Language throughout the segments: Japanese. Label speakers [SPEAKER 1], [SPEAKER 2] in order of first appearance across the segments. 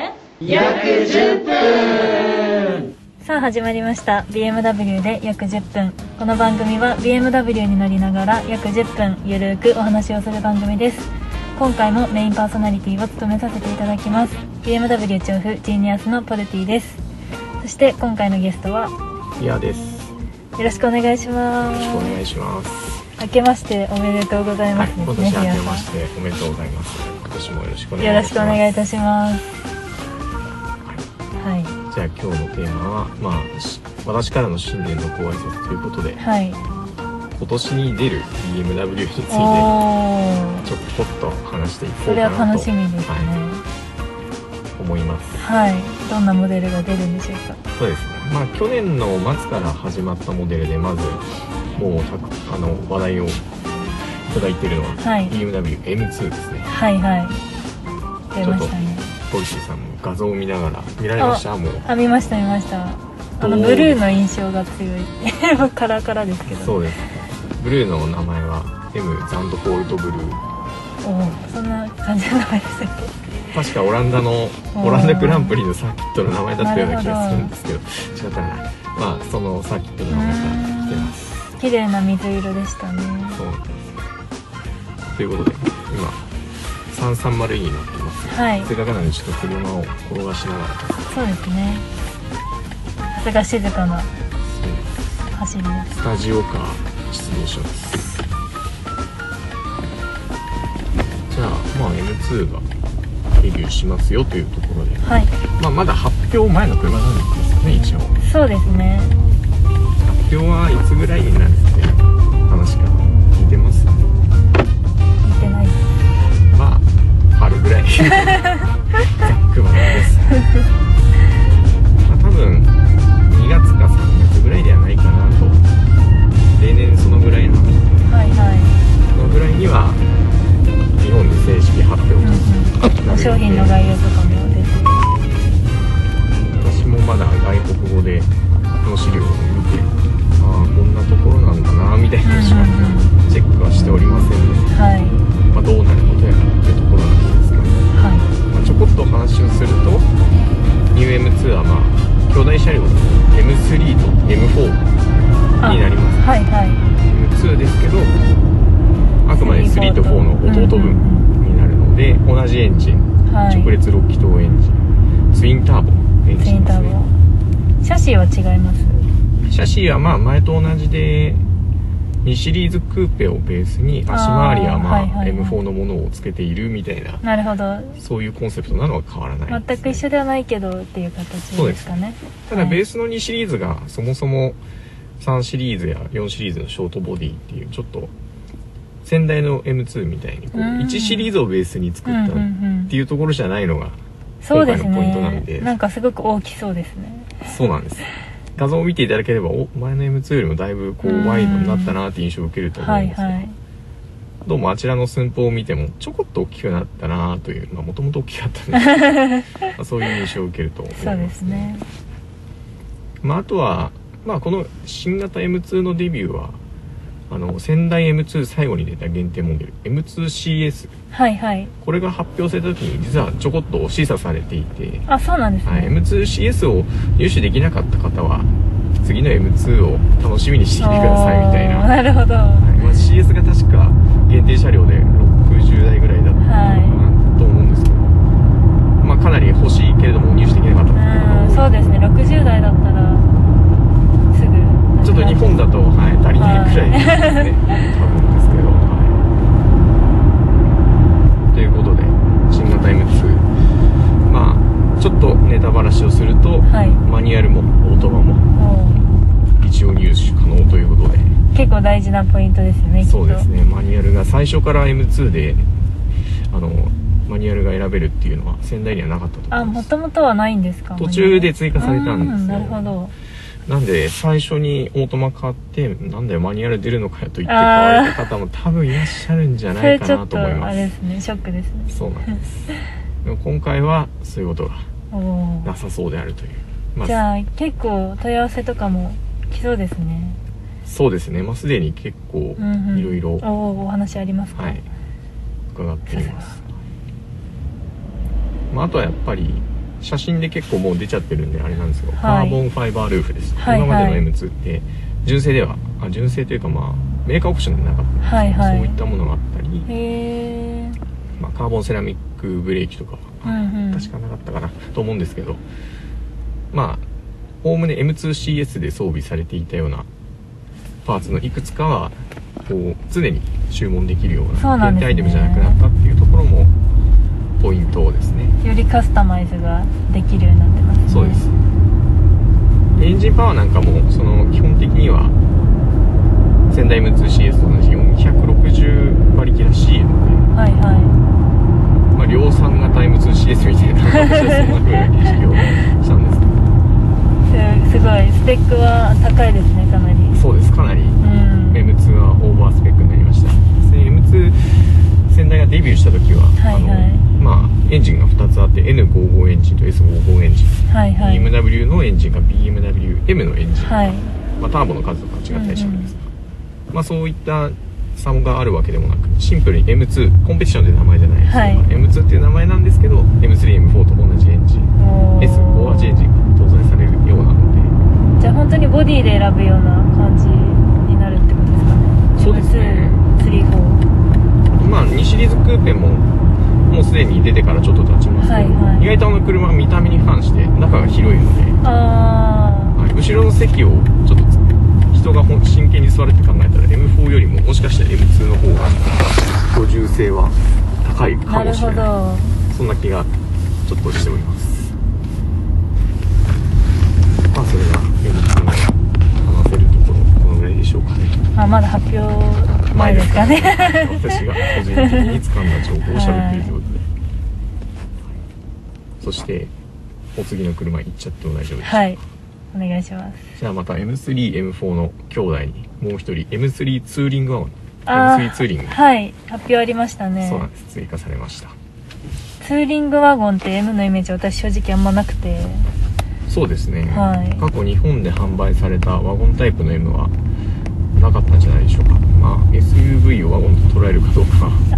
[SPEAKER 1] 約10分
[SPEAKER 2] さあ始まりました BMW で約10分この番組は BMW に乗りながら約10分ゆるーくお話をする番組です今回もメインパーソナリティを務めさせていただきます BMW 調布ジーニアスのポルティですそして今回のゲストはよ
[SPEAKER 1] リアですよ
[SPEAKER 2] ろしくお願いしま
[SPEAKER 1] ろしくお願
[SPEAKER 2] す
[SPEAKER 1] いします
[SPEAKER 2] 明けましておめでとうござい
[SPEAKER 1] は
[SPEAKER 2] ま
[SPEAKER 1] い
[SPEAKER 2] す
[SPEAKER 1] 今
[SPEAKER 2] ですね
[SPEAKER 1] 年明
[SPEAKER 2] リア
[SPEAKER 1] けましておめでとうございます今年もよろしくお
[SPEAKER 2] さんよ
[SPEAKER 1] 願
[SPEAKER 2] ろ
[SPEAKER 1] い
[SPEAKER 2] し
[SPEAKER 1] し
[SPEAKER 2] くお
[SPEAKER 1] ます
[SPEAKER 2] 願いいたしますはい
[SPEAKER 1] じゃあ今日のテーマはまあし私からの新年のご挨拶ということで
[SPEAKER 2] はい
[SPEAKER 1] 今年に出る BMW についてち
[SPEAKER 2] お
[SPEAKER 1] ょ
[SPEAKER 2] おー
[SPEAKER 1] こっと話していこ
[SPEAKER 2] そうれは
[SPEAKER 1] かな
[SPEAKER 2] 楽
[SPEAKER 1] と
[SPEAKER 2] しみですね、
[SPEAKER 1] はい思います
[SPEAKER 2] はい、どんなモデルが出るんでしょうか。
[SPEAKER 1] そうですねまあ去年の末から始まったモデルでまずもうたくあの話題をいただいているのは
[SPEAKER 2] はい
[SPEAKER 1] BMWM2 ですね
[SPEAKER 2] はいはい。出ましたね。
[SPEAKER 1] ポルシーさんも画像を見ながら見られましたもう
[SPEAKER 2] あ、見ました見ました。あの
[SPEAKER 1] おー
[SPEAKER 2] ブルーの印象が強い。もうカラカラですけど。
[SPEAKER 1] そうですブルーの名前は M ザンドフォールトブルー
[SPEAKER 2] おーそんな感じの名前でしたっ
[SPEAKER 1] 確かオランダの
[SPEAKER 2] おー
[SPEAKER 1] オランダグランプリのサーキットの名前だったような気がするんですけど違ったらまあそのサーキットの名前から来てます
[SPEAKER 2] け。綺麗な水色でしたね。
[SPEAKER 1] そうということで今 330E になってます
[SPEAKER 2] はい
[SPEAKER 1] せ、っかくなんでちょっと車を転がしながら
[SPEAKER 2] そうですね。さすが静かな走りです。
[SPEAKER 1] スタジオカー出動しますじゃあまあ M2 がデビューしますよというところで、
[SPEAKER 2] はい、
[SPEAKER 1] まあ、まだ発表前の車なんですよね一応
[SPEAKER 2] そうですね。
[SPEAKER 1] 発表はいつぐらいになるっていう話から聞いてます
[SPEAKER 2] 見てない。
[SPEAKER 1] まあ春 ぐらいざっくばらんですまあ多分2月か3月ぐらいではないかなと例年そのぐらいの
[SPEAKER 2] はいは
[SPEAKER 1] そのぐらいには日本で正式発表
[SPEAKER 2] い。うんうん。商品の概要とかも出てる。
[SPEAKER 1] 私もまだ外国語でこの資料を見てああこんなところなんだなみたいなしか
[SPEAKER 2] うんうん
[SPEAKER 1] チェックはしておりませんで、
[SPEAKER 2] はい
[SPEAKER 1] まあ、どうなることやらっていうところなんですけど、
[SPEAKER 2] は
[SPEAKER 1] まあ、ちょこっとお話をするとニュー M2 はまあ兄弟車両の M3 と M4
[SPEAKER 2] い。あ
[SPEAKER 1] になります
[SPEAKER 2] はいはい。
[SPEAKER 1] M2 ですけどあくまで3と4の弟分になるので同じエンジン
[SPEAKER 2] はい、
[SPEAKER 1] 直列6気筒エンジンツインターボエン
[SPEAKER 2] ツ
[SPEAKER 1] ジ
[SPEAKER 2] イ
[SPEAKER 1] ン
[SPEAKER 2] ン
[SPEAKER 1] で
[SPEAKER 2] タ
[SPEAKER 1] す
[SPEAKER 2] ー
[SPEAKER 1] ね
[SPEAKER 2] ボシャシーは違います
[SPEAKER 1] シャシーはまあ前と同じで2シリーズクーペをベースに足回りはま
[SPEAKER 2] あーはい
[SPEAKER 1] あ
[SPEAKER 2] はいはい
[SPEAKER 1] M4 のものをつけているみたいな
[SPEAKER 2] なるほど
[SPEAKER 1] そういうコンセプトなのは変わらないで
[SPEAKER 2] 全
[SPEAKER 1] すね
[SPEAKER 2] く一緒ではないけどっていう形ですかね
[SPEAKER 1] ただベー
[SPEAKER 2] ス
[SPEAKER 1] スの2シリーズがそもそも3シリーズや4シリーズのショートボディっていうちょっと先代の M2 みたいにこう
[SPEAKER 2] うん
[SPEAKER 1] 1シリーズをベースに作
[SPEAKER 2] うんう
[SPEAKER 1] っ
[SPEAKER 2] ん
[SPEAKER 1] た
[SPEAKER 2] う
[SPEAKER 1] っ
[SPEAKER 2] ん
[SPEAKER 1] ていうところじゃないのが
[SPEAKER 2] そうです
[SPEAKER 1] 今回のポイントなん
[SPEAKER 2] ね
[SPEAKER 1] で
[SPEAKER 2] なんかすごく大きそうですね
[SPEAKER 1] そうなんです画像を見ていただければお前の M2 よりもだいぶこうワイドになったなって印象を受けると思
[SPEAKER 2] は
[SPEAKER 1] うん
[SPEAKER 2] い
[SPEAKER 1] ですけど、
[SPEAKER 2] はい
[SPEAKER 1] どうもあちらの寸法を見てもちょこっと大きくなったなというまあもともと大きかったんですけ どまあそういう印象を受けると思います、
[SPEAKER 2] そうですね
[SPEAKER 1] まあ、あとは、まあ、この新型 M2 のデビューはあの先代 M2 最後に出た限定モデル M2CS
[SPEAKER 2] はいはい
[SPEAKER 1] これが発表された時に実はちょこっと示唆されていて、
[SPEAKER 2] あそうなんですね、
[SPEAKER 1] はい、M2CS を入手できなかった方は次の M2 を楽しみにしていてくださいみたいな、
[SPEAKER 2] おー
[SPEAKER 1] はい
[SPEAKER 2] なるほど
[SPEAKER 1] まあ、CS が確か限定車両で60台ぐらいだった
[SPEAKER 2] は
[SPEAKER 1] と思うんですけど、まあ、かなり欲しいけれども入手できなかったっていう
[SPEAKER 2] いうん
[SPEAKER 1] の
[SPEAKER 2] そ
[SPEAKER 1] が
[SPEAKER 2] うですね60代だったらすぐなくな
[SPEAKER 1] ちょっと日本だと、はい、足りないくらいですね多分ですけど、はい、ということで新型 M2 まあちょっとネタバラシをすると、
[SPEAKER 2] はい
[SPEAKER 1] マニュアルもオートマも
[SPEAKER 2] も
[SPEAKER 1] 一応入手可能ということで
[SPEAKER 2] う結構大事なポイントですよねきっと
[SPEAKER 1] そうですねマニュアルが最初から M2 であのマニュアルが選べるっていうのは先代にはなかったと
[SPEAKER 2] あ
[SPEAKER 1] 思いま
[SPEAKER 2] も
[SPEAKER 1] す
[SPEAKER 2] ともとはないんですか
[SPEAKER 1] 途中で追加されたんですよ
[SPEAKER 2] うんなるほど
[SPEAKER 1] なんで最初にオートマ買ってなんだよマニュアル出るのかよと言って買
[SPEAKER 2] あー
[SPEAKER 1] われた方も多分いらっしゃるんじゃ
[SPEAKER 2] そ
[SPEAKER 1] ない
[SPEAKER 2] れ
[SPEAKER 1] か
[SPEAKER 2] ちょ
[SPEAKER 1] な
[SPEAKER 2] っ
[SPEAKER 1] と
[SPEAKER 2] と
[SPEAKER 1] 思い
[SPEAKER 2] あ
[SPEAKER 1] ま
[SPEAKER 2] れ
[SPEAKER 1] す
[SPEAKER 2] ですねショックですね
[SPEAKER 1] そうなんですでも今回はそういうことが
[SPEAKER 2] おお
[SPEAKER 1] なさそうであるというまあ
[SPEAKER 2] じゃあ結構問い合わせとかも来そうですね
[SPEAKER 1] そうですねまあすでに結構
[SPEAKER 2] うんうん
[SPEAKER 1] いろいろ
[SPEAKER 2] おおお話ありますか
[SPEAKER 1] はい伺っています、まあ、あとはやっぱり写真で結構もう出ちゃってるんであれなんですけど、
[SPEAKER 2] はい
[SPEAKER 1] カーボンファイバールーフです、
[SPEAKER 2] はい
[SPEAKER 1] 今まで
[SPEAKER 2] はい
[SPEAKER 1] の M2 って純正ではあ純正というかまあメーカーオプションでなかったんですけど
[SPEAKER 2] はいはい
[SPEAKER 1] そういったものがあったり、
[SPEAKER 2] へえ
[SPEAKER 1] まあ、カーボンセラミックブレーキとか
[SPEAKER 2] うんうん
[SPEAKER 1] 確かなかったかなと思うんですけどまあおおむね M2CS で装備されていたようなパーツのいくつかはこう常に注文できるような
[SPEAKER 2] そうなんですね
[SPEAKER 1] アイテムじゃなくなったっていうところもポイントですね
[SPEAKER 2] よりカスタマイズができるようになってますね
[SPEAKER 1] そうですエンジンパワーなんかもその基本的には仙台 M2CS と同じ460馬力らしいので
[SPEAKER 2] はいは
[SPEAKER 1] まあ、量産型 M2CS みたいな感じでそんな風に修行したんですけど
[SPEAKER 2] いすすごいスペックは高いですねかなり
[SPEAKER 1] そうですかなり
[SPEAKER 2] うん
[SPEAKER 1] M2 はオーバースペックになりましたで M2 先代がデビューした時は、
[SPEAKER 2] はいはい
[SPEAKER 1] あのまあエンジンが2つあって N55 エンジンと S55 エンジン、
[SPEAKER 2] はいはい
[SPEAKER 1] BMW のエンジンが BMWM のエンジン、
[SPEAKER 2] はい
[SPEAKER 1] まあ、ターボの数とか違ったりしたんですが、まあ、そういった差があるわけでもなくシンプルに M2 コンペティションという名前じゃないですけど、
[SPEAKER 2] はい
[SPEAKER 1] まあ M2 っていう名前なんですけど M3M4 と同じエンジン
[SPEAKER 2] おー
[SPEAKER 1] S5 は J ジンが搭載されるようなの
[SPEAKER 2] じゃあ本当にボディで選ぶような感じになるってことですかね
[SPEAKER 1] そうですね
[SPEAKER 2] M234
[SPEAKER 1] でまあ2シリーズクーペももうすでに出てからちょっと経ちますけど、
[SPEAKER 2] はいはい
[SPEAKER 1] 意外とあの車は見た目に反して中が広いので、
[SPEAKER 2] あ
[SPEAKER 1] はい後ろの席をちょっと人がほん真剣に座るって考えたら M4 よりももしかしたら M2 の方が居住性は高い
[SPEAKER 2] あな
[SPEAKER 1] かも
[SPEAKER 2] る
[SPEAKER 1] し
[SPEAKER 2] ほ
[SPEAKER 1] れ
[SPEAKER 2] ど
[SPEAKER 1] ないそんな気がちょっとしておりますまあそれが M2 の話せるところこのぐらいでしょうかね
[SPEAKER 2] まあまだ発表前ですかね
[SPEAKER 1] 私が個人的に掴んだ情報を喋っているということで、そしてお次の車行っちゃっても大丈夫です、
[SPEAKER 2] はいお願いします
[SPEAKER 1] じゃあまた M3M4 の兄弟にもう一人 M3 ツーリングワゴン
[SPEAKER 2] あ
[SPEAKER 1] M3 ツーリング、
[SPEAKER 2] はい発表ありましたね
[SPEAKER 1] そうなんです追加されました
[SPEAKER 2] ツーリングワゴンって M のイメージ私正直あんまなくて
[SPEAKER 1] そうですね、
[SPEAKER 2] はい
[SPEAKER 1] 過去日本で販売されたワゴンタイプの M はなかったんじゃないでしょうかまあ SUV をワゴンと捉えるかどうか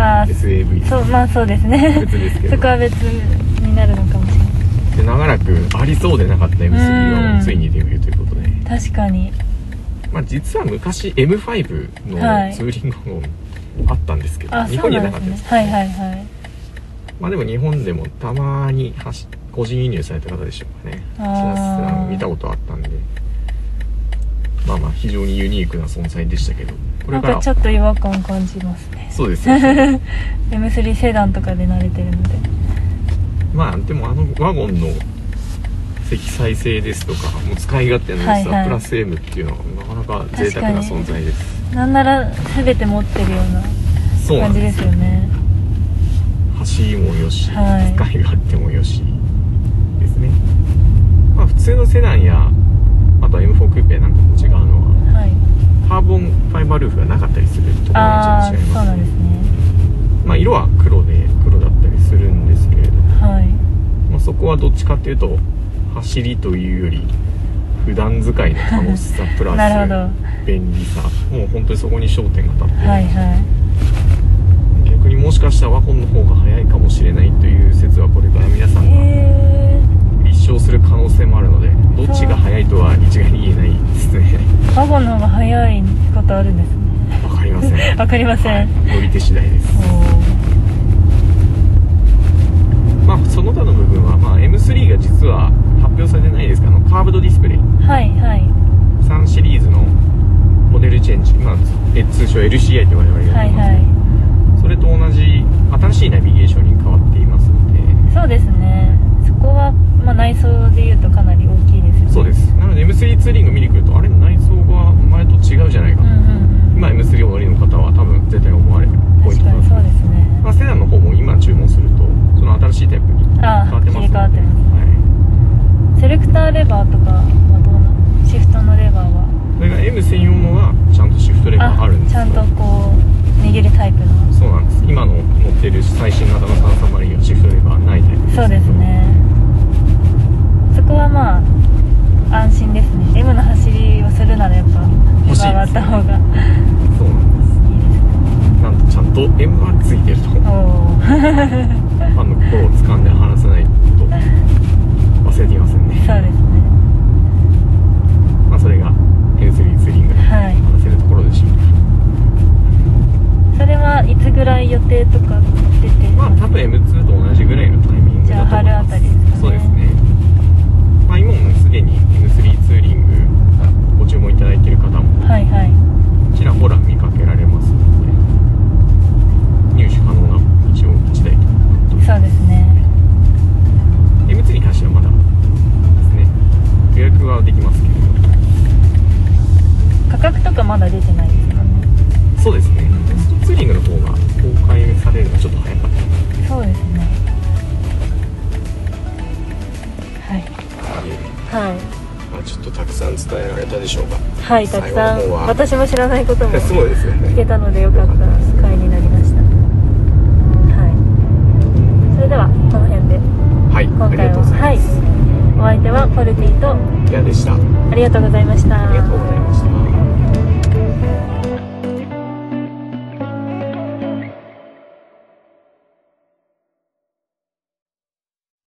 [SPEAKER 2] ああ
[SPEAKER 1] SAV
[SPEAKER 2] そうまあそうですね
[SPEAKER 1] 別ですけ ど
[SPEAKER 2] そこは別になるのかもしれな
[SPEAKER 1] で長らくありそうでなかった M3 ワゴ
[SPEAKER 2] うん
[SPEAKER 1] ンついにデビューということで、
[SPEAKER 2] い確かに
[SPEAKER 1] まあ、実は昔 M5 の
[SPEAKER 2] はい
[SPEAKER 1] ツーリングもあったんですけど、
[SPEAKER 2] あ
[SPEAKER 1] 日
[SPEAKER 2] そう
[SPEAKER 1] 本には
[SPEAKER 2] な
[SPEAKER 1] なんか
[SPEAKER 2] で
[SPEAKER 1] っ
[SPEAKER 2] す
[SPEAKER 1] た
[SPEAKER 2] ね
[SPEAKER 1] んですけど
[SPEAKER 2] はいはいはい
[SPEAKER 1] まあでも日本でもたまに走個人輸入された方でしょうかね
[SPEAKER 2] あ
[SPEAKER 1] ち
[SPEAKER 2] ー
[SPEAKER 1] らっと見たことあったんでまあまあ非常にユニークな存在でしたけど
[SPEAKER 2] な
[SPEAKER 1] これ
[SPEAKER 2] ん
[SPEAKER 1] から
[SPEAKER 2] かちょっと違和感感じますね
[SPEAKER 1] そう ですよね
[SPEAKER 2] M3 セダンとかで慣れてるので
[SPEAKER 1] まあでもあのワゴンの積載性ですとかもう使い勝手の良
[SPEAKER 2] はいは
[SPEAKER 1] さ
[SPEAKER 2] い
[SPEAKER 1] プラス M っていうのはなかなか贅沢な
[SPEAKER 2] 確かに
[SPEAKER 1] 存在です
[SPEAKER 2] なんなら全て持ってるよう
[SPEAKER 1] そう
[SPEAKER 2] な
[SPEAKER 1] なん
[SPEAKER 2] 感じ
[SPEAKER 1] で
[SPEAKER 2] ですすよね
[SPEAKER 1] 走りもよし、
[SPEAKER 2] はい
[SPEAKER 1] 使い勝手もよしですねまあ普通のセダンやあとは M4 クーペなんかと違うのは
[SPEAKER 2] はい
[SPEAKER 1] カーボンファイバールーフがなかったりするところが
[SPEAKER 2] ああ
[SPEAKER 1] ち
[SPEAKER 2] ー
[SPEAKER 1] ょっと違い
[SPEAKER 2] そう
[SPEAKER 1] ま
[SPEAKER 2] な
[SPEAKER 1] す
[SPEAKER 2] んです
[SPEAKER 1] ね
[SPEAKER 2] ね
[SPEAKER 1] まあ色は黒で黒だったりするんですけれど、
[SPEAKER 2] はい
[SPEAKER 1] まあ、そこはどっちかっていうと走りというより普段使いの楽しさプラ
[SPEAKER 2] なる
[SPEAKER 1] ス便利さもう本当にそこに焦点が立ってる、
[SPEAKER 2] はいは
[SPEAKER 1] 逆にもしかしたらワコンの方が早いかもしれないという説はこれから皆さ
[SPEAKER 2] い
[SPEAKER 1] んが
[SPEAKER 2] へ
[SPEAKER 1] 立証する可能性もあるのでどっちが早いとは一概に言えないですね
[SPEAKER 2] えワゴンの方が早いことあるんですね
[SPEAKER 1] わかりません
[SPEAKER 2] わかりません
[SPEAKER 1] 乗り手次第です
[SPEAKER 2] おー
[SPEAKER 1] まあその他の部分は、まあ、M3 が実は発表されてないですけどあのカーブドディスプレイ
[SPEAKER 2] はいはい
[SPEAKER 1] 3シリーズのモデルチェンジ、まあ、え通称 LCI って我々が呼んでます、
[SPEAKER 2] はいは
[SPEAKER 1] それと同じ新しいナビゲーションに変わっていますので
[SPEAKER 2] いそうですねそこは、まあ、内装でいうとかなり大きいですよね
[SPEAKER 1] そうですなので M3 ツーリング見に来るとあれ内装が前と違うじゃないか
[SPEAKER 2] うんう
[SPEAKER 1] と、
[SPEAKER 2] んうん
[SPEAKER 1] 今 M3 お乗りの方は多分絶対思われるポイン
[SPEAKER 2] 確か
[SPEAKER 1] トだ
[SPEAKER 2] にそうですね
[SPEAKER 1] まあ、セダンの方も今注文するとその新しいタイプに
[SPEAKER 2] あ
[SPEAKER 1] 変わ
[SPEAKER 2] あ
[SPEAKER 1] っ
[SPEAKER 2] 切
[SPEAKER 1] てま
[SPEAKER 2] り
[SPEAKER 1] す
[SPEAKER 2] 替わってます
[SPEAKER 1] はい、
[SPEAKER 2] セレクターレバーとかはどうなのシフトのレバーは
[SPEAKER 1] それが M 専用のはちゃんとシフトレバーあるんです
[SPEAKER 2] ち
[SPEAKER 1] よ
[SPEAKER 2] ゃんとこう握るタイプの
[SPEAKER 1] そうなんです今の乗ってる最新型のサンサマリーはシフトレバーないタイプ
[SPEAKER 2] そうですねそこはまあ安心ですね M の走りをするならやっぱレバ
[SPEAKER 1] 欲しいですね
[SPEAKER 2] ーはあった方がいいで
[SPEAKER 1] そうなんです
[SPEAKER 2] ね
[SPEAKER 1] なんとちゃんと M は ついてるとフ
[SPEAKER 2] おお
[SPEAKER 1] ァンの心を掴んで離さないときますけ
[SPEAKER 2] 価格とかまだ出てないですかね
[SPEAKER 1] どそうですねテストツーリングの方が公開されるのはちょっと早かっ
[SPEAKER 2] そうですねはいはい
[SPEAKER 3] まあ、ちょっとたくさん伝えられたでしょうか
[SPEAKER 2] はいたく
[SPEAKER 3] 最
[SPEAKER 2] さ
[SPEAKER 3] 後の
[SPEAKER 2] ん
[SPEAKER 3] 方は
[SPEAKER 2] 私も知らない ことも
[SPEAKER 1] たすごいですよ
[SPEAKER 2] 聞
[SPEAKER 1] ね
[SPEAKER 2] けたのでよかった回になりましたはいそれではこの辺で
[SPEAKER 1] はい
[SPEAKER 2] 今
[SPEAKER 1] あり
[SPEAKER 2] 回
[SPEAKER 1] がと
[SPEAKER 2] は
[SPEAKER 1] うございます、
[SPEAKER 2] はいお相手はポルティと
[SPEAKER 1] い、やでした
[SPEAKER 2] ありがとうございました
[SPEAKER 1] ありがとうございます